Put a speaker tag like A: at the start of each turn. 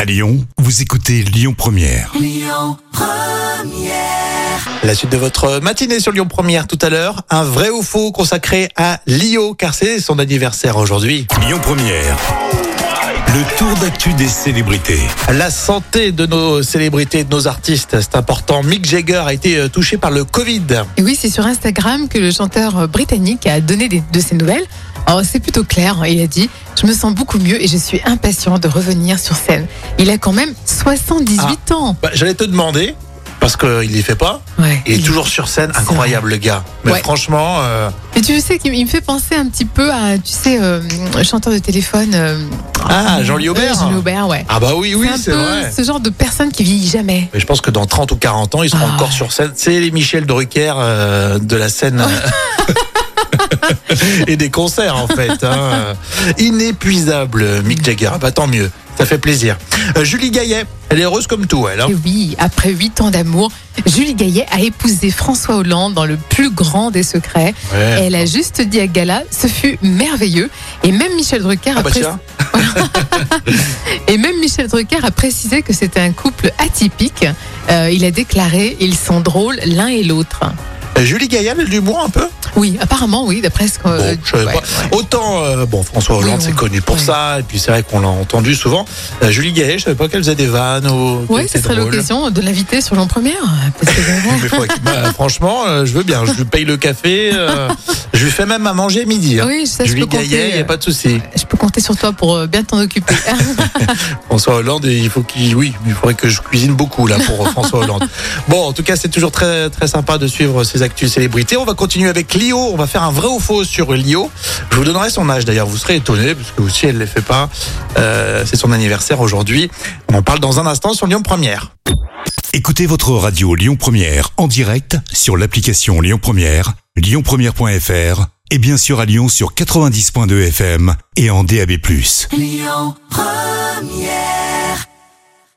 A: À Lyon, vous écoutez Lyon Première.
B: La suite de votre matinée sur Lyon Première tout à l'heure, un vrai ou faux consacré à Lio car c'est son anniversaire aujourd'hui.
A: Lyon Première. Le tour d'actu des célébrités.
B: La santé de nos célébrités, de nos artistes, c'est important. Mick Jagger a été euh, touché par le Covid.
C: Et oui, c'est sur Instagram que le chanteur britannique a donné des- de ses nouvelles. Alors, c'est plutôt clair, hein, il a dit Je me sens beaucoup mieux et je suis impatient de revenir sur scène. Il a quand même 78 ans.
B: Bah, J'allais te demander parce qu'il n'y fait pas.
C: Ouais.
B: Il est toujours sur scène,
C: C'est
B: incroyable le gars. Mais
C: Ouais.
B: franchement, euh,
C: Mais tu sais qu'il il me fait penser un petit peu à, tu sais, euh, le chanteur de téléphone. euh,
B: ah Jean-Louis
C: euh,
B: Aubert.
C: Jean-Louis Aubert, ouais.
B: Ah bah oui, oui,
C: un
B: c'est
C: peu
B: vrai.
C: ce genre de personne qui vieillit jamais.
B: Mais je pense que dans 30 ou 40 ans, ils seront
C: Ah
B: encore
C: ouais.
B: sur scène. C'est les Michel Drucker euh, de la scène euh, et des concerts, en fait. hein. Inépuisable, euh, Mick Jagger. Ah bah tant mieux, ça fait plaisir. Euh, Julie Gaillet, elle est heureuse comme tout, elle. hein.
C: Et oui, après huit ans d'amour, Julie Gaillet a épousé François Hollande dans le plus grand des secrets.
B: Ouais.
C: Elle a juste dit à Gala, ce fut merveilleux. Et même Michel Drucker,
B: Ah
C: a,
B: bah
C: pré-
B: tiens.
C: et même Michel Drucker a précisé que c'était un couple atypique. Euh, il a déclaré, ils sont drôles l'un et l'autre.
B: Euh, Julie Gaillet, elle a de l'humour un peu
C: Oui, apparemment, oui, d'après ce que... euh,
B: Bon, je savais
C: ouais,
B: pas.
C: ouais.
B: Autant, euh, bon, François Hollande,
C: Oui,
B: c'est
C: oui.
B: connu pour
C: Ouais.
B: ça, et puis c'est vrai qu'on l'a entendu souvent. Euh, Julie Gaillet, je savais pas qu'elle faisait des vannes ou.
C: Ouais,
B: qu'elle
C: ce
B: était
C: serait
B: drôle. Eh
C: l'occasion de l'inviter sur l'an première. parce que-
B: Mais faut- bah, franchement, euh, je veux bien. Je lui paye le café. euh, je lui fais même à manger midi. hein.
C: oui, ça, je
B: Julie
C: peux
B: Gaillet, il n'y
C: compter. euh,
B: a pas de souci.
C: Je peux compter sur toi pour euh, bien t'en occuper.
B: François Hollande, il faut qu'il, oui, il faudrait que je cuisine beaucoup là pour euh, François Hollande. Bon, en tout cas, c'est toujours très très sympa de suivre ces actus célébrités. On va continuer avec Lio. On va faire un vrai ou faux sur Lio. Je vous donnerai son âge. D'ailleurs, vous serez étonnés parce que aussi elle ne le fait pas. Euh, c'est son anniversaire aujourd'hui. On en parle dans un instant sur Lyon Première.
A: Écoutez votre radio Lyon Première en direct sur l'application Lyon Première, lyonpremière.fr et bien sûr à Lyon sur 90.2 FM et en DAB+.